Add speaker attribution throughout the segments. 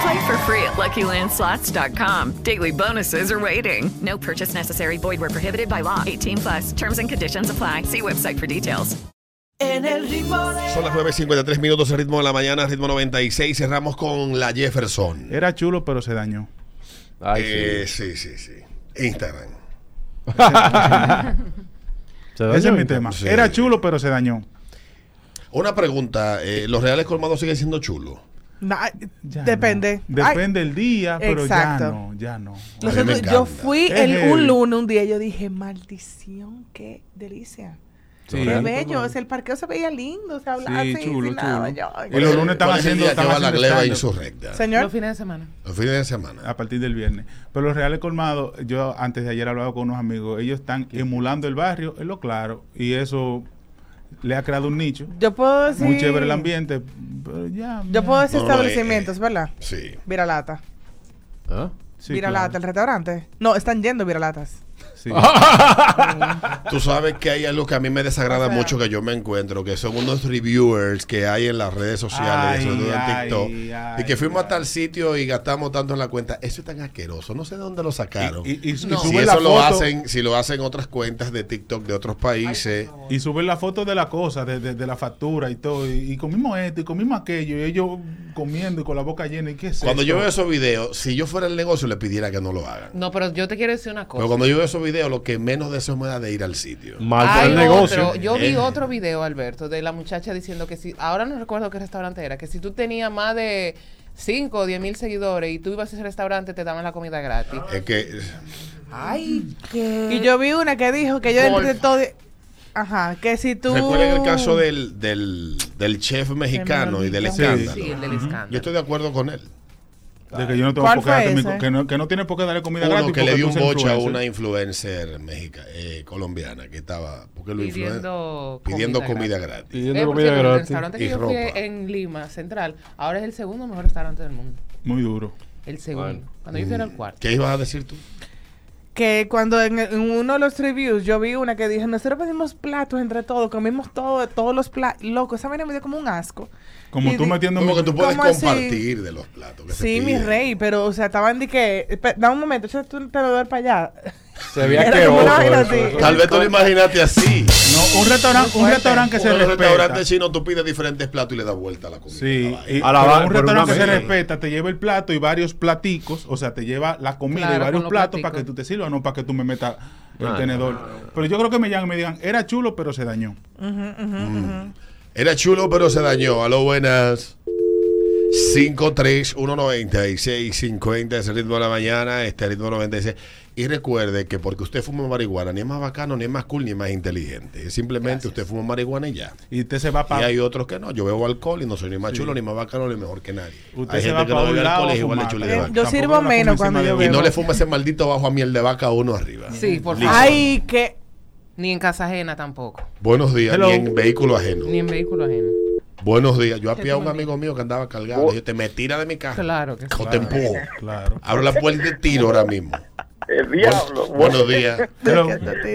Speaker 1: Play for free at LuckyLandSlots.com. Daily bonuses are waiting. No purchase necessary. Void were prohibited by law. 18 plus. Terms and conditions apply. See website for details.
Speaker 2: En el ritmo de...
Speaker 3: Son las 9.53 minutos, el ritmo de la mañana, ritmo 96. Cerramos con la Jefferson.
Speaker 4: Era chulo, pero se dañó.
Speaker 5: Ay,
Speaker 3: Eh, sí, sí, sí. Instagram.
Speaker 5: Se
Speaker 4: Ese es
Speaker 5: dañó.
Speaker 4: mi tema.
Speaker 3: Sí.
Speaker 4: Era chulo, pero se dañó.
Speaker 3: Una pregunta, eh, ¿los reales colmados siguen siendo chulos?
Speaker 2: Na-
Speaker 4: Ya
Speaker 2: depende.
Speaker 4: no. Depende el día, pero
Speaker 2: Exacto.
Speaker 4: ya no, ya no.
Speaker 2: Ay, nosotros-
Speaker 3: me
Speaker 2: yo
Speaker 3: encanta.
Speaker 2: fui
Speaker 4: Es
Speaker 2: el,
Speaker 4: heavy.
Speaker 2: un lunes un día y yo dije, maldición, qué delicia.
Speaker 5: Sí.
Speaker 2: Qué
Speaker 5: Claro.
Speaker 2: bello, o sea, el parqueo se veía lindo, se hablaba
Speaker 5: Sí,
Speaker 2: así,
Speaker 5: chulo,
Speaker 2: sin nada,
Speaker 5: chulo.
Speaker 2: yo-
Speaker 4: Y los lunes están
Speaker 3: ¿Cuál es el
Speaker 4: haciendo-
Speaker 3: día
Speaker 4: están
Speaker 3: que va la
Speaker 4: haciendo
Speaker 3: gleba
Speaker 4: stand-up?
Speaker 3: insurrecta?
Speaker 2: Señor,
Speaker 6: Los fines de semana.
Speaker 3: Los fines de semana.
Speaker 5: Ah.
Speaker 4: a partir del viernes. Pero los Reales Colmados, yo antes de ayer hablaba con unos amigos, ellos están emulando el barrio, es lo claro, y eso le ha creado un nicho.
Speaker 2: yo puedo decir...
Speaker 4: Muy chévere el ambiente, pero ya.
Speaker 2: Yo puedo decir
Speaker 3: No, no,
Speaker 2: establecimientos,
Speaker 3: eh,
Speaker 2: ¿verdad?
Speaker 3: Sí.
Speaker 2: Viralata.
Speaker 5: ¿Ah?
Speaker 4: sí,
Speaker 2: Viralata, el restaurante. No, están yendo Viralatas.
Speaker 4: claro, sí.
Speaker 3: Tú sabes que hay algo que a mí me desagrada mucho que yo me encuentro, que son unos reviewers que hay en las redes sociales,
Speaker 4: Ay,
Speaker 3: sobre todo en
Speaker 4: ay,
Speaker 3: TikTok,
Speaker 4: ay,
Speaker 3: y que fuimos a
Speaker 4: ay.
Speaker 3: tal sitio y gastamos tanto en la cuenta. Eso es tan asqueroso, no sé de dónde lo sacaron.
Speaker 4: Y- y- y- y
Speaker 3: si
Speaker 4: suben
Speaker 3: eso
Speaker 4: la
Speaker 3: lo
Speaker 4: foto.
Speaker 3: hacen, si lo hacen otras cuentas de TikTok de otros países,
Speaker 4: Y suben la foto de la cosa, de, de- de la factura y todo, y, y comimos esto, y comimos aquello, y ellos comiendo y con la boca llena, y qué sé
Speaker 3: cuando yo veo esos videos, si yo fuera el negocio le pidiera que no lo hagan.
Speaker 6: No, pero yo te quiero decir una cosa.
Speaker 3: Pero cuando yo veo esos videos, lo que menos deseo me da de ir al sitio.
Speaker 5: Mal para
Speaker 6: Hay
Speaker 5: el negocio.
Speaker 6: otro, yo vi
Speaker 3: Eh.
Speaker 6: otro video, Alberto, de la muchacha diciendo que si, ahora no recuerdo qué restaurante era, que si tú tenías más de 5 o 10 mil seguidores y tú ibas a ese restaurante, te daban la comida gratis.
Speaker 3: Es que
Speaker 6: Ay, qué...
Speaker 2: Y yo vi una que dijo que yo
Speaker 6: Golf.
Speaker 2: entre todo... Ajá, que si tú...
Speaker 3: recuerden el caso del, del, del chef mexicano y del
Speaker 2: Sí.
Speaker 3: escándalo.
Speaker 6: Sí, el del escándalo.
Speaker 3: Yo estoy de acuerdo con él.
Speaker 4: De que yo no tengo
Speaker 2: ¿Cuál
Speaker 4: por qué darte
Speaker 2: fue
Speaker 4: mi
Speaker 2: ese?
Speaker 4: co- que, no, que no tiene por qué darle comida
Speaker 3: Uno
Speaker 4: gratis.
Speaker 3: que le
Speaker 4: porque
Speaker 3: dio un
Speaker 4: tú eres
Speaker 3: boche a
Speaker 4: influencer.
Speaker 3: una influencer mexica, eh, colombiana que estaba porque lo influen-
Speaker 6: Pidiendo
Speaker 3: pidiendo
Speaker 6: comida
Speaker 3: comida
Speaker 6: gratis.
Speaker 3: gratis.
Speaker 5: Pidiendo
Speaker 6: Eh, por
Speaker 5: comida
Speaker 6: cierto, El
Speaker 5: gratis.
Speaker 6: restaurante
Speaker 3: Y
Speaker 6: que yo fui eh,
Speaker 3: ropa.
Speaker 6: en Lima, Central, ahora es el segundo mejor restaurante del mundo.
Speaker 4: Muy duro.
Speaker 6: El segundo.
Speaker 5: Bueno.
Speaker 6: Cuando yo fui era el cuarto.
Speaker 3: Mm. ¿Qué ibas a decir tú?
Speaker 2: Que cuando en, en uno de los reviews yo vi una que dije, nosotros pedimos platos entre todos, comimos todo, todos los platos. Loco, esa vaina me dio como un asco.
Speaker 4: Como
Speaker 2: Y
Speaker 4: tú
Speaker 2: di-
Speaker 4: metiendo
Speaker 3: Como que tú puedes
Speaker 2: ¿Cómo así?
Speaker 3: compartir de los platos. que se
Speaker 2: Sí, mi
Speaker 3: piden.
Speaker 2: rey, pero, o sea, estaban de que, "Espe- da un momento, echa tú te lo doy para allá.
Speaker 5: Se veía
Speaker 2: Era
Speaker 5: asqueroso
Speaker 2: como una vaina
Speaker 5: eso,
Speaker 2: así.
Speaker 5: eso.
Speaker 3: Tal vez tú lo imaginaste así.
Speaker 4: No, un restaurante, un restaurante que se
Speaker 3: en el
Speaker 4: respeta.
Speaker 3: restaurante chino tú pides diferentes platos y le das vuelta a la comida.
Speaker 4: Sí,
Speaker 3: Ay,
Speaker 4: y-
Speaker 5: A la
Speaker 4: pero
Speaker 5: ba-
Speaker 4: un
Speaker 5: por
Speaker 4: restaurante
Speaker 5: una
Speaker 4: que se
Speaker 5: vez.
Speaker 4: respeta te lleva el plato y varios platicos, o sea, te lleva la comida
Speaker 6: Claro,
Speaker 4: y
Speaker 6: con
Speaker 4: varios
Speaker 6: los
Speaker 4: platos
Speaker 6: platicos.
Speaker 4: para que tú te sirvas, no para que tú me metas el
Speaker 5: Ah,
Speaker 4: tenedor. Pero yo creo que me llaman y me digan, era chulo, pero se dañó.
Speaker 3: Era chulo, pero se dañó. A lo buenas. 5319650 es el ritmo de la mañana, este ritmo 96. Y recuerde que porque usted fuma marihuana, ni es más bacano, ni es más cool, ni es más inteligente. Es simplemente usted fuma marihuana y ya.
Speaker 4: Y usted se va
Speaker 3: Y
Speaker 4: para
Speaker 3: hay otros que no. Yo bebo alcohol y no soy ni más chulo, ni más bacano, ni mejor que nadie.
Speaker 4: usted
Speaker 3: hay
Speaker 4: se va pa' un lado. a
Speaker 3: es igual de
Speaker 4: fumar.
Speaker 3: chulo y de
Speaker 2: Eh,
Speaker 4: Tampoco
Speaker 3: bacano.
Speaker 2: yo sirvo
Speaker 4: la fuma
Speaker 2: menos
Speaker 4: encima
Speaker 2: cuando
Speaker 4: de
Speaker 2: yo
Speaker 4: uno.
Speaker 3: Y
Speaker 2: bebo.
Speaker 3: no le fuma ese maldito bajo a miel de vaca a uno arriba.
Speaker 6: Sí, por
Speaker 3: Listo.
Speaker 6: favor.
Speaker 2: Ay, que
Speaker 6: Ni en casa ajena tampoco.
Speaker 3: Buenos días,
Speaker 4: Hello.
Speaker 3: ni en vehículo ajeno.
Speaker 6: Ni en vehículo ajeno.
Speaker 3: Buenos días. Yo apié a un amigo mío que andaba cargado.
Speaker 4: Oh.
Speaker 3: Yo te me tira de mi casa.
Speaker 6: Claro que sí.
Speaker 3: O te empujo.
Speaker 4: Claro.
Speaker 3: Abro la puerta y te tiro ahora mismo.
Speaker 7: El diablo.
Speaker 3: Bu- Buenos días.
Speaker 4: Pero-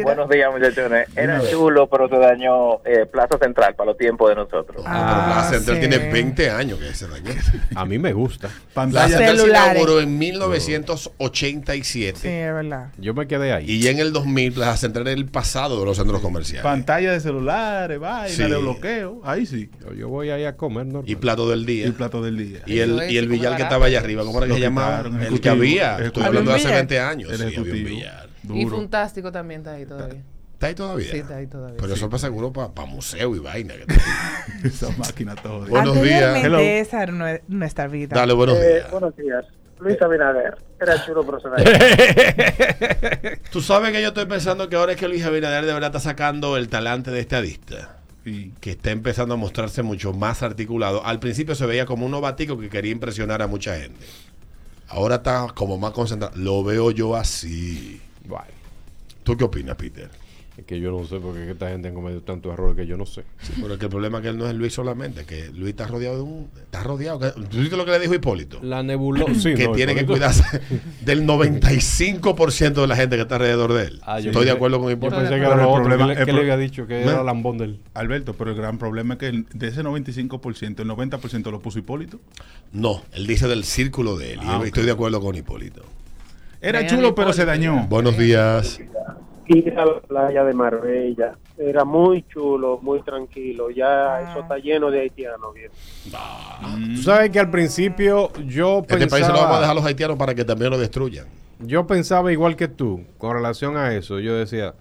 Speaker 7: Buenos días, muchachones. Era
Speaker 4: Dime.
Speaker 7: chulo, pero se dañó eh, Plaza Central para los tiempos de nosotros.
Speaker 3: Ah, pero
Speaker 2: Ah,
Speaker 3: Plaza Central
Speaker 2: sí.
Speaker 3: tiene 20 años que se dañó.
Speaker 5: A mí me gusta.
Speaker 3: Plaza
Speaker 4: pantalla.
Speaker 3: Central se
Speaker 2: Celulares.
Speaker 3: inauguró en
Speaker 2: Sí,
Speaker 3: 1987.
Speaker 2: es verdad.
Speaker 5: Yo me quedé ahí.
Speaker 3: Y ya en el 2000, Plaza Central era el pasado de los centros comerciales.
Speaker 4: Pantalla de celulares, vaina
Speaker 3: Sí.
Speaker 4: de bloqueo. Ahí sí.
Speaker 5: Yo, yo voy ahí a comer normal.
Speaker 3: y plato del
Speaker 4: Y
Speaker 3: día.
Speaker 4: el plato del día.
Speaker 3: Y
Speaker 6: Eso
Speaker 3: el,
Speaker 6: es,
Speaker 3: y el
Speaker 6: como
Speaker 3: billar que
Speaker 6: barato.
Speaker 3: estaba allá arriba. ¿Cómo era que
Speaker 4: Lo
Speaker 3: se llamaba?
Speaker 4: quitaron,
Speaker 3: El que
Speaker 4: ejecutivo,
Speaker 3: había. Estoy
Speaker 4: ejecutivo.
Speaker 3: hablando de hace
Speaker 2: ¿Había un
Speaker 3: 20 años.
Speaker 4: El
Speaker 3: Sí, había un
Speaker 4: ejecutivo.
Speaker 3: billar.
Speaker 6: Y
Speaker 4: Duro.
Speaker 6: fantástico también está ahí todavía.
Speaker 3: Está ahí todavía.
Speaker 6: Sí, está ahí todavía.
Speaker 3: Pero
Speaker 6: Sí.
Speaker 3: eso pasa seguro para museo y vaina. que-
Speaker 4: Esa máquina todo.
Speaker 3: buenos días.
Speaker 2: Anteriormente,
Speaker 3: Hello.
Speaker 2: esa era nue- nuestra vida.
Speaker 3: Dale, buenos
Speaker 7: Eh,
Speaker 3: días.
Speaker 7: buenos días. Luis Abinader. Era chulo, pero se la
Speaker 3: Tú sabes que yo estoy pensando que ahora es que Luis Abinader de verdad está sacando el talante de estadista. Que está empezando a mostrarse mucho más articulado. Al principio se veía como un novatico que quería impresionar a mucha gente. Ahora está como más concentrado. Lo veo yo así. ¿Tú qué opinas, Peter?
Speaker 5: Es que yo no sé por qué esta gente ha cometido tantos errores que yo no sé.
Speaker 3: Pero es que el problema es que él no es Luis solamente, que Luis está rodeado de un... Está rodeado... que- ¿Tú viste lo que le dijo Hipólito?
Speaker 5: La nebulosa.
Speaker 3: que tiene que cuidarse del 95% de la gente que está alrededor de él.
Speaker 4: Ah,
Speaker 3: Estoy de acuerdo con Hipólito.
Speaker 4: Pero el
Speaker 5: problema- que le- que
Speaker 4: pro-
Speaker 5: le había dicho que
Speaker 4: No.
Speaker 5: era lambón del-
Speaker 4: Alberto, pero el gran problema es que el- de ese 95%, el 90% lo puso Hipólito.
Speaker 3: No, él dice del círculo de él. y
Speaker 4: Ah,
Speaker 3: yo
Speaker 4: ok.
Speaker 3: Estoy de acuerdo con Hipólito.
Speaker 4: Era
Speaker 7: Vean
Speaker 4: chulo, pero se dañó.
Speaker 3: Buenos días.
Speaker 7: ir a la playa de Marbella. Era muy chulo, muy tranquilo. Ya eso está lleno de haitianos. bien.
Speaker 8: Mm.
Speaker 5: Tú sabes que al principio yo
Speaker 3: Este país se lo
Speaker 5: pensaba-
Speaker 3: vamos a dejar a los haitianos para que también lo destruyan.
Speaker 5: Yo pensaba igual que tú con relación a eso. Yo decía,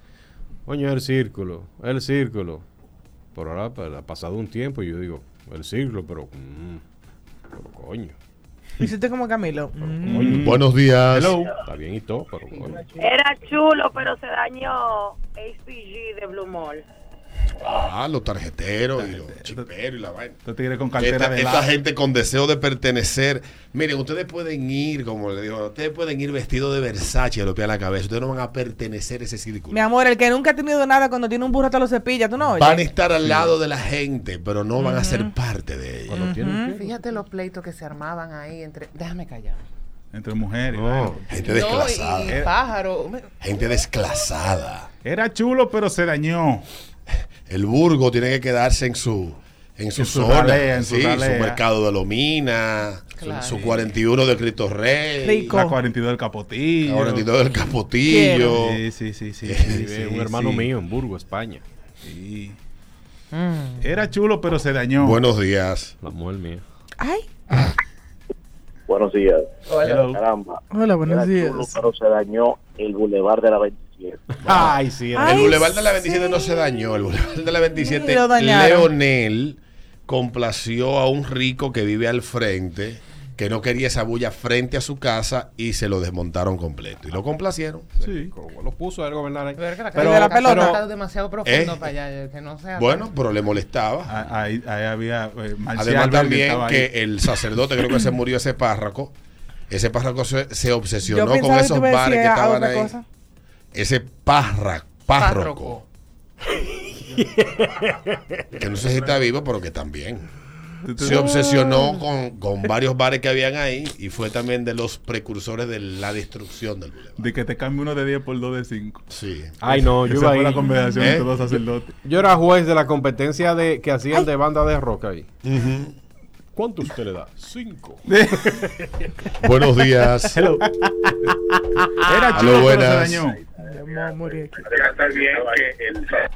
Speaker 5: coño, el círculo, el círculo. Por ahora pa- ha pasado un tiempo y yo digo, el círculo, pero, mm, pero coño.
Speaker 2: Hiciste como Camilo. Mm.
Speaker 5: coño.
Speaker 3: Buenos días.
Speaker 5: Hello. Está bien y todo, pero coño.
Speaker 9: Era chulo, pero se dañó HPG de Blue Mall.
Speaker 3: Ah, los tarjeteros y los chiperos y la vaina.
Speaker 4: Estos tigres Este con cartera
Speaker 3: Esta,
Speaker 4: de
Speaker 3: esta
Speaker 4: lado.
Speaker 3: gente con deseo de pertenecer. Miren, ustedes pueden ir, como le digo, ustedes pueden ir vestidos de Versace de los pies a la cabeza. Ustedes no van a pertenecer a ese círculo.
Speaker 2: Mi amor, el que nunca ha tenido nada cuando tiene un burro te lo cepilla, ¿tú no oyes?
Speaker 3: Van a estar al lado de la gente, pero no van a ser parte de ella.
Speaker 6: Fíjate los pleitos que se armaban ahí entre. Déjame callar.
Speaker 4: Entre mujeres.
Speaker 5: Oh.
Speaker 3: Gente
Speaker 6: No, y, y
Speaker 4: Era,
Speaker 6: pájaro. Me-
Speaker 3: Gente desclasada.
Speaker 4: era chulo, pero se dañó.
Speaker 3: El Burgo tiene que quedarse en su en su,
Speaker 4: En su
Speaker 3: zona,
Speaker 4: ralea, en su
Speaker 3: sí, su,
Speaker 4: ralea.
Speaker 3: mercado de Lomina, su-
Speaker 4: Claro.
Speaker 3: su 41 de Cristo Rey,
Speaker 4: La 42 del Capotillo.
Speaker 3: la 42 del Capotillo.
Speaker 4: Sí, sí, sí, sí.
Speaker 3: Eh,
Speaker 4: sí,
Speaker 5: vive
Speaker 4: sí,
Speaker 5: un hermano
Speaker 4: sí.
Speaker 5: mío en Burgo, España.
Speaker 4: Sí.
Speaker 5: Mm.
Speaker 4: Era chulo, pero se dañó.
Speaker 3: Buenos días.
Speaker 5: La mujer mía.
Speaker 7: Buenos días.
Speaker 4: Hola.
Speaker 7: Caramba.
Speaker 2: Hola, buenos
Speaker 7: Era
Speaker 2: días.
Speaker 7: chulo, pero se dañó el bulevar de la 27.
Speaker 5: Ay, sí.
Speaker 3: el Boulevard de la 27 no se dañó, el Boulevard de la 27
Speaker 2: Sí, lo dañaron.
Speaker 3: Leonel complació a un rico que vive al frente que no quería esa bulla frente a su casa y se lo desmontaron completo y lo complacieron.
Speaker 5: Sí. Como Lo puso el gobernador ahí.
Speaker 6: Pero,
Speaker 5: Pero-
Speaker 6: la pelota
Speaker 5: pero-
Speaker 6: está demasiado profundo
Speaker 3: Eh.
Speaker 6: para allá. Que no sea
Speaker 3: Bueno, pero le molestaba.
Speaker 4: Ah, Ahí, ahí había. eh, Marcial
Speaker 3: Además
Speaker 4: Verde
Speaker 3: también
Speaker 4: estaba ahí.
Speaker 3: que el sacerdote, creo que se murió ese párroco, ese párroco se, se
Speaker 2: Yo
Speaker 3: obsesionó con
Speaker 2: pensaba que
Speaker 3: esos
Speaker 2: tú me decías
Speaker 3: bares que estaban
Speaker 2: otra
Speaker 3: ahí.
Speaker 2: cosa.
Speaker 3: Ese párra- párroco, que no sé si está vivo, pero que también. Se obsesionó con, con varios bares que habían ahí y fue también de los precursores de la destrucción del boulevard.
Speaker 4: De que te cambie uno de 10 por 2 de 5.
Speaker 3: Sí.
Speaker 4: Ah,
Speaker 5: Ay, no, yo
Speaker 4: Esa
Speaker 5: iba
Speaker 4: fue
Speaker 5: ahí.
Speaker 4: la conversación
Speaker 5: ¿Eh?
Speaker 4: entre los sacerdotes.
Speaker 5: Yo era juez de la competencia de que hacían de banda de rock ahí. ¿Cuánto usted le da? Cinco.
Speaker 3: Buenos días.
Speaker 4: Hello. Era
Speaker 3: Aló,
Speaker 4: chulo, pero se
Speaker 3: buenas.
Speaker 4: dañó.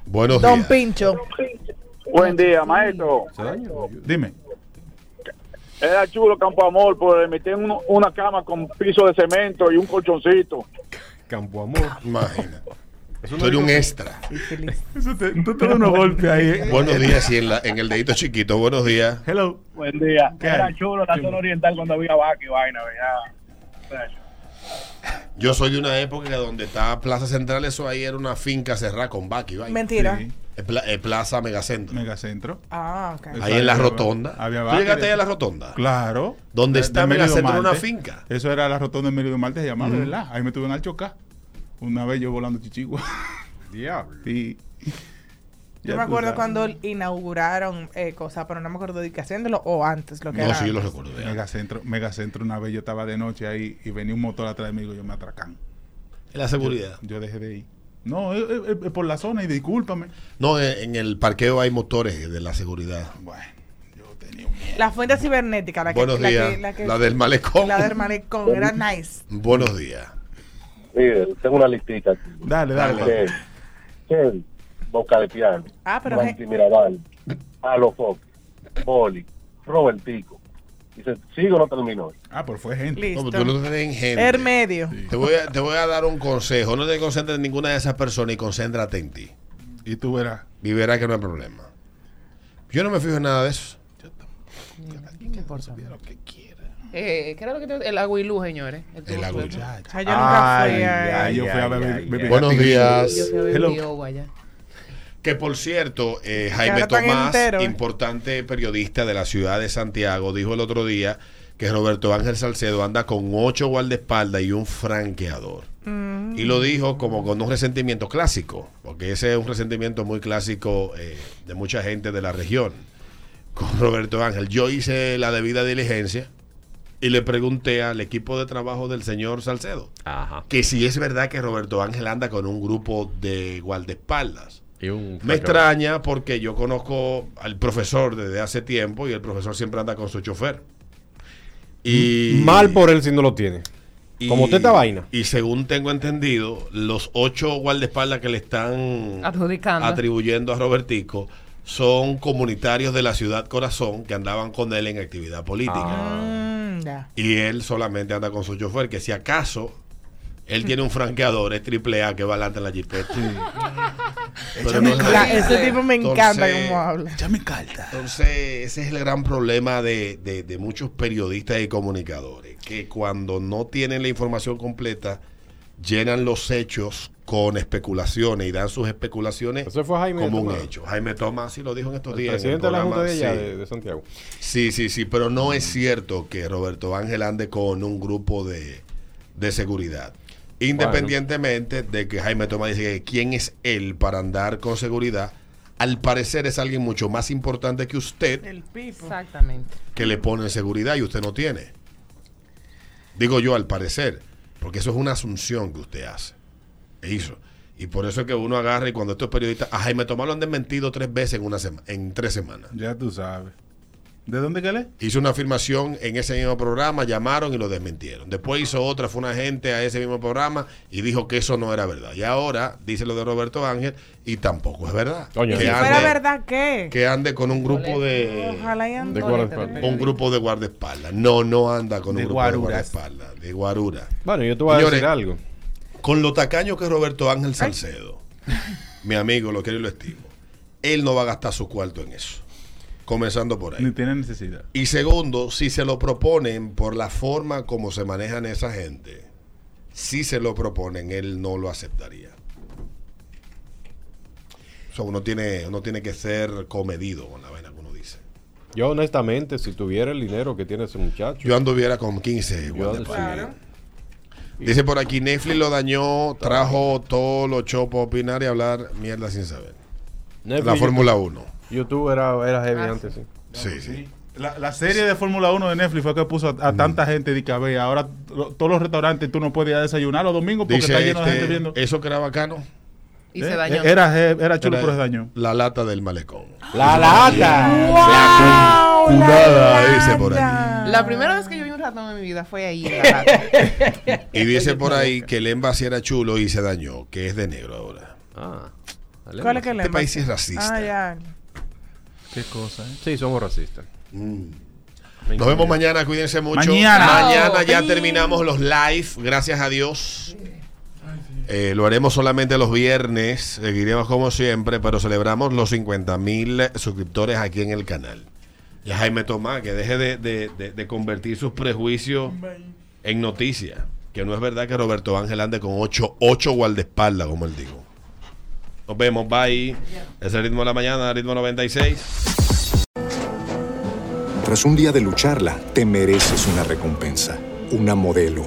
Speaker 3: Buenos
Speaker 2: Don
Speaker 3: días.
Speaker 2: Pincho.
Speaker 10: Buen día, maestro.
Speaker 4: Dime.
Speaker 10: Era chulo Campo Amor, pero le metían uno- una cama con piso de cemento y un colchoncito.
Speaker 5: Campo Amor.
Speaker 3: Imagina. Tú eres un extra.
Speaker 4: Eso te- tú te das unos golpes ahí. eh.
Speaker 3: Buenos días y en, la- en el dedito chiquito, buenos días.
Speaker 4: Hello.
Speaker 10: Buen día.
Speaker 4: ¿Qué
Speaker 10: Era
Speaker 4: hay?
Speaker 10: chulo la zona oriental cuando había vaca y vaina, ¿verdad?
Speaker 3: Yo soy de una época donde estaba Plaza Central, eso ahí era una finca cerrada con vaca y vaina.
Speaker 2: Mentira.
Speaker 4: Sí.
Speaker 3: Eh, pla- eh, Plaza Megacentro.
Speaker 4: Megacentro.
Speaker 2: Ah, ok.
Speaker 3: Ahí en la
Speaker 4: Había-
Speaker 3: rotonda.
Speaker 4: había
Speaker 3: ¿Tú
Speaker 4: vaca.
Speaker 3: llegaste ahí a la rotonda?
Speaker 4: Claro.
Speaker 3: Donde
Speaker 4: De-
Speaker 3: está
Speaker 4: de
Speaker 3: Megacentro,
Speaker 4: Meridio
Speaker 3: una
Speaker 4: Marte.
Speaker 3: finca.
Speaker 4: Eso era la rotonda de Meridio Marte, se llamaba,
Speaker 3: Ujú.
Speaker 4: ¿verdad? Ahí me tuve en Alchocá. Una vez yo volando chichigua.
Speaker 5: Diablo.
Speaker 4: Y.
Speaker 2: Yo me
Speaker 4: Ya tú
Speaker 2: acuerdo
Speaker 4: sabes.
Speaker 2: cuando inauguraron eh, cosas, pero no me acuerdo de qué haciéndolo o antes, lo que
Speaker 3: No,
Speaker 2: era.
Speaker 3: sí, yo lo
Speaker 2: antes.
Speaker 3: recuerdo. bien.
Speaker 4: Megacentro, Megacentro, una vez yo estaba de noche ahí y venía un motor atrás de mí y digo, yo me atracan.
Speaker 3: En la seguridad.
Speaker 4: Yo dejé de ir. No, es, es- es por la zona y discúlpame.
Speaker 3: No, eh, en el parqueo hay motores de la seguridad.
Speaker 4: Bueno, yo tenía un miedo.
Speaker 2: La fuente cibernética, la que,
Speaker 3: Buenos
Speaker 2: la,
Speaker 3: días.
Speaker 2: que, la, que-
Speaker 3: La del malecón.
Speaker 2: La del malecón, era nice.
Speaker 3: Buenos días.
Speaker 7: Mire, tengo una listita aquí.
Speaker 4: Dale, dale.
Speaker 7: Que- que Boca de Piano,
Speaker 2: Ah, pero
Speaker 7: Monty Mirabal, Alo Fox, Boli, Robertico, Dice, sigo no termino.
Speaker 4: Ah, pues fue gente.
Speaker 3: No, pero tú no te den gente.
Speaker 2: El Er medio.
Speaker 3: Te voy, a, te voy a dar un consejo. No te concentres en ninguna de esas personas y concéntrate en ti.
Speaker 4: Y tú verás.
Speaker 3: Y verás que no hay problema. Yo no me fijo en nada de eso.
Speaker 6: ¿Qué importa? Eh, ¿Qué era lo que te... El aguilú, señores.
Speaker 3: El aguilú.
Speaker 6: Ay, yo nunca fui a-
Speaker 4: ay, yo fui a beber- beber-
Speaker 3: Buenos días.
Speaker 6: Yo fui a beber
Speaker 3: Hello.
Speaker 6: biogua allá.
Speaker 3: Que por cierto, eh, Jaime
Speaker 6: ahora están
Speaker 3: Tomás,
Speaker 6: enteros, eh.
Speaker 3: importante periodista de la ciudad de Santiago, dijo el otro día que Roberto Ángel Salcedo anda con ocho guardaespaldas y un franqueador.
Speaker 6: Mm.
Speaker 3: Y lo dijo como con un resentimiento clásico, porque ese es un resentimiento muy clásico eh, de mucha gente de la región. Con Roberto Ángel, yo hice la debida diligencia y le pregunté al equipo de trabajo del señor Salcedo que si es verdad que Roberto Ángel anda con un grupo de guardaespaldas.
Speaker 5: Y un
Speaker 3: Me extraña porque yo conozco al profesor desde hace tiempo y el profesor siempre anda con su chofer. Y
Speaker 5: Mal por él si no lo tiene.
Speaker 3: y-
Speaker 5: Como usted esta vaina.
Speaker 3: Y según tengo entendido, los ocho guardaespaldas que le están
Speaker 6: Adjudicando.
Speaker 3: atribuyendo a Robertico son comunitarios de la ciudad Corazón que andaban con él en actividad política.
Speaker 2: Mm, ya.
Speaker 3: Y él solamente anda con su chofer, que si acaso él tiene un franqueador, es triple A que va adelante en la jipeta. Pero no sé.
Speaker 2: La- ese tipo me encanta
Speaker 3: Entonces,
Speaker 2: cómo habla.
Speaker 4: Ya me encanta.
Speaker 3: Entonces, ese es el gran problema de, de- de muchos periodistas y comunicadores, que cuando no tienen la información completa, llenan los hechos con especulaciones y dan sus especulaciones como un
Speaker 5: Tomás.
Speaker 3: hecho. Jaime Tomás sí lo dijo en estos
Speaker 5: El
Speaker 3: días. en el
Speaker 5: presidente de la Junta
Speaker 3: programa,
Speaker 5: de allá,
Speaker 3: sí.
Speaker 5: de, de Santiago.
Speaker 3: Sí, sí, sí, pero no es cierto que Roberto Ángel ande con un grupo de, de seguridad. Independientemente de que Jaime Tomás dice que quién es él para andar con seguridad, al parecer es alguien mucho más importante que usted
Speaker 6: El pipo. Exactamente.
Speaker 3: que le pone seguridad y usted no tiene. Digo yo al parecer, porque eso es una asunción que usted hace. E hizo. Y por eso es que uno agarra y cuando estos periodistas, a Jaime Tomás lo han desmentido tres veces en, una sema- en tres semanas.
Speaker 4: Ya tú sabes. ¿De dónde que le?
Speaker 3: Hizo una afirmación en ese mismo programa, llamaron y lo desmentieron. Después hizo otra, fue una gente a ese mismo programa y dijo que eso no era verdad. Y ahora dice lo de Roberto Ángel y tampoco es verdad.
Speaker 5: Coño,
Speaker 3: que,
Speaker 5: sí.
Speaker 2: Pero
Speaker 3: ande,
Speaker 2: verdad que.
Speaker 3: que ande con un grupo de...
Speaker 2: Ojalá y ande.
Speaker 3: Un grupo de guardaespaldas. No, no anda con un
Speaker 5: De
Speaker 3: grupo
Speaker 5: guaruras.
Speaker 3: de guardaespaldas. De guarura.
Speaker 5: Bueno, yo te voy a
Speaker 3: Señores,
Speaker 5: decir algo.
Speaker 3: Con lo tacaño que es Roberto Ángel Salcedo, mi amigo, lo quiero y lo estimo, él no va a gastar su cuarto en eso. Comenzando por ahí.
Speaker 4: Ni tiene necesidad.
Speaker 3: Y segundo, si se lo proponen por la forma como se manejan esa gente, si se lo proponen, él no lo aceptaría. O sea, uno tiene, uno tiene que ser comedido con la vaina que uno dice.
Speaker 5: Yo honestamente, si tuviera el dinero que tiene ese muchacho.
Speaker 3: Yo anduviera con 15.
Speaker 5: Yo,
Speaker 3: guardaespaldas.
Speaker 5: sí.
Speaker 3: Dice por aquí, Netflix lo dañó, trajo todos los chopos a opinar y hablar mierda sin saber.
Speaker 5: Netflix,
Speaker 3: la
Speaker 5: YouTube.
Speaker 3: Fórmula 1.
Speaker 5: YouTube era, era heavy
Speaker 4: Ah,
Speaker 5: antes, sí.
Speaker 3: Sí, sí.
Speaker 4: La, la serie de Fórmula 1 de Netflix fue que puso a, a tanta gente de que a ver, ahora lo- todos los restaurantes tú no puedes ir a desayunar los domingos porque
Speaker 3: Dice
Speaker 4: está lleno de
Speaker 3: este,
Speaker 4: gente viendo.
Speaker 3: Eso que era bacano.
Speaker 6: Y
Speaker 4: Eh,
Speaker 6: se dañó.
Speaker 4: Era, je- era chulo, pero se dañó.
Speaker 3: La lata del malecón.
Speaker 5: La lata.
Speaker 3: La culada, dice por ahí.
Speaker 6: La primera vez que yo vi un ratón en mi vida fue ahí. en la rata.
Speaker 3: Y dice por ahí que el envase era chulo y se dañó, que es de negro ahora.
Speaker 5: Ah.
Speaker 2: ¿Cuál es que le
Speaker 3: Este país es racista.
Speaker 2: Ah, ya.
Speaker 4: Qué cosa, ¿eh?
Speaker 5: Sí, somos racistas.
Speaker 3: Mm. Nos vemos mañana, cuídense mucho.
Speaker 4: Mañana.
Speaker 3: Mañana ya
Speaker 4: Chao.
Speaker 3: terminamos los live, gracias a Dios. Eh, lo haremos solamente los viernes, seguiremos como siempre, pero celebramos los 50 mil suscriptores aquí en el canal. Y a Jaime Tomás, que deje de, de- de- de convertir sus prejuicios en noticias. Que no es verdad que Roberto Ángel ande con 8 ocho guardaespaldas, como él dijo. Nos vemos, bye. Es el ritmo de la mañana, ritmo 96.
Speaker 11: Tras un día de lucharla, te mereces una recompensa, una modelo,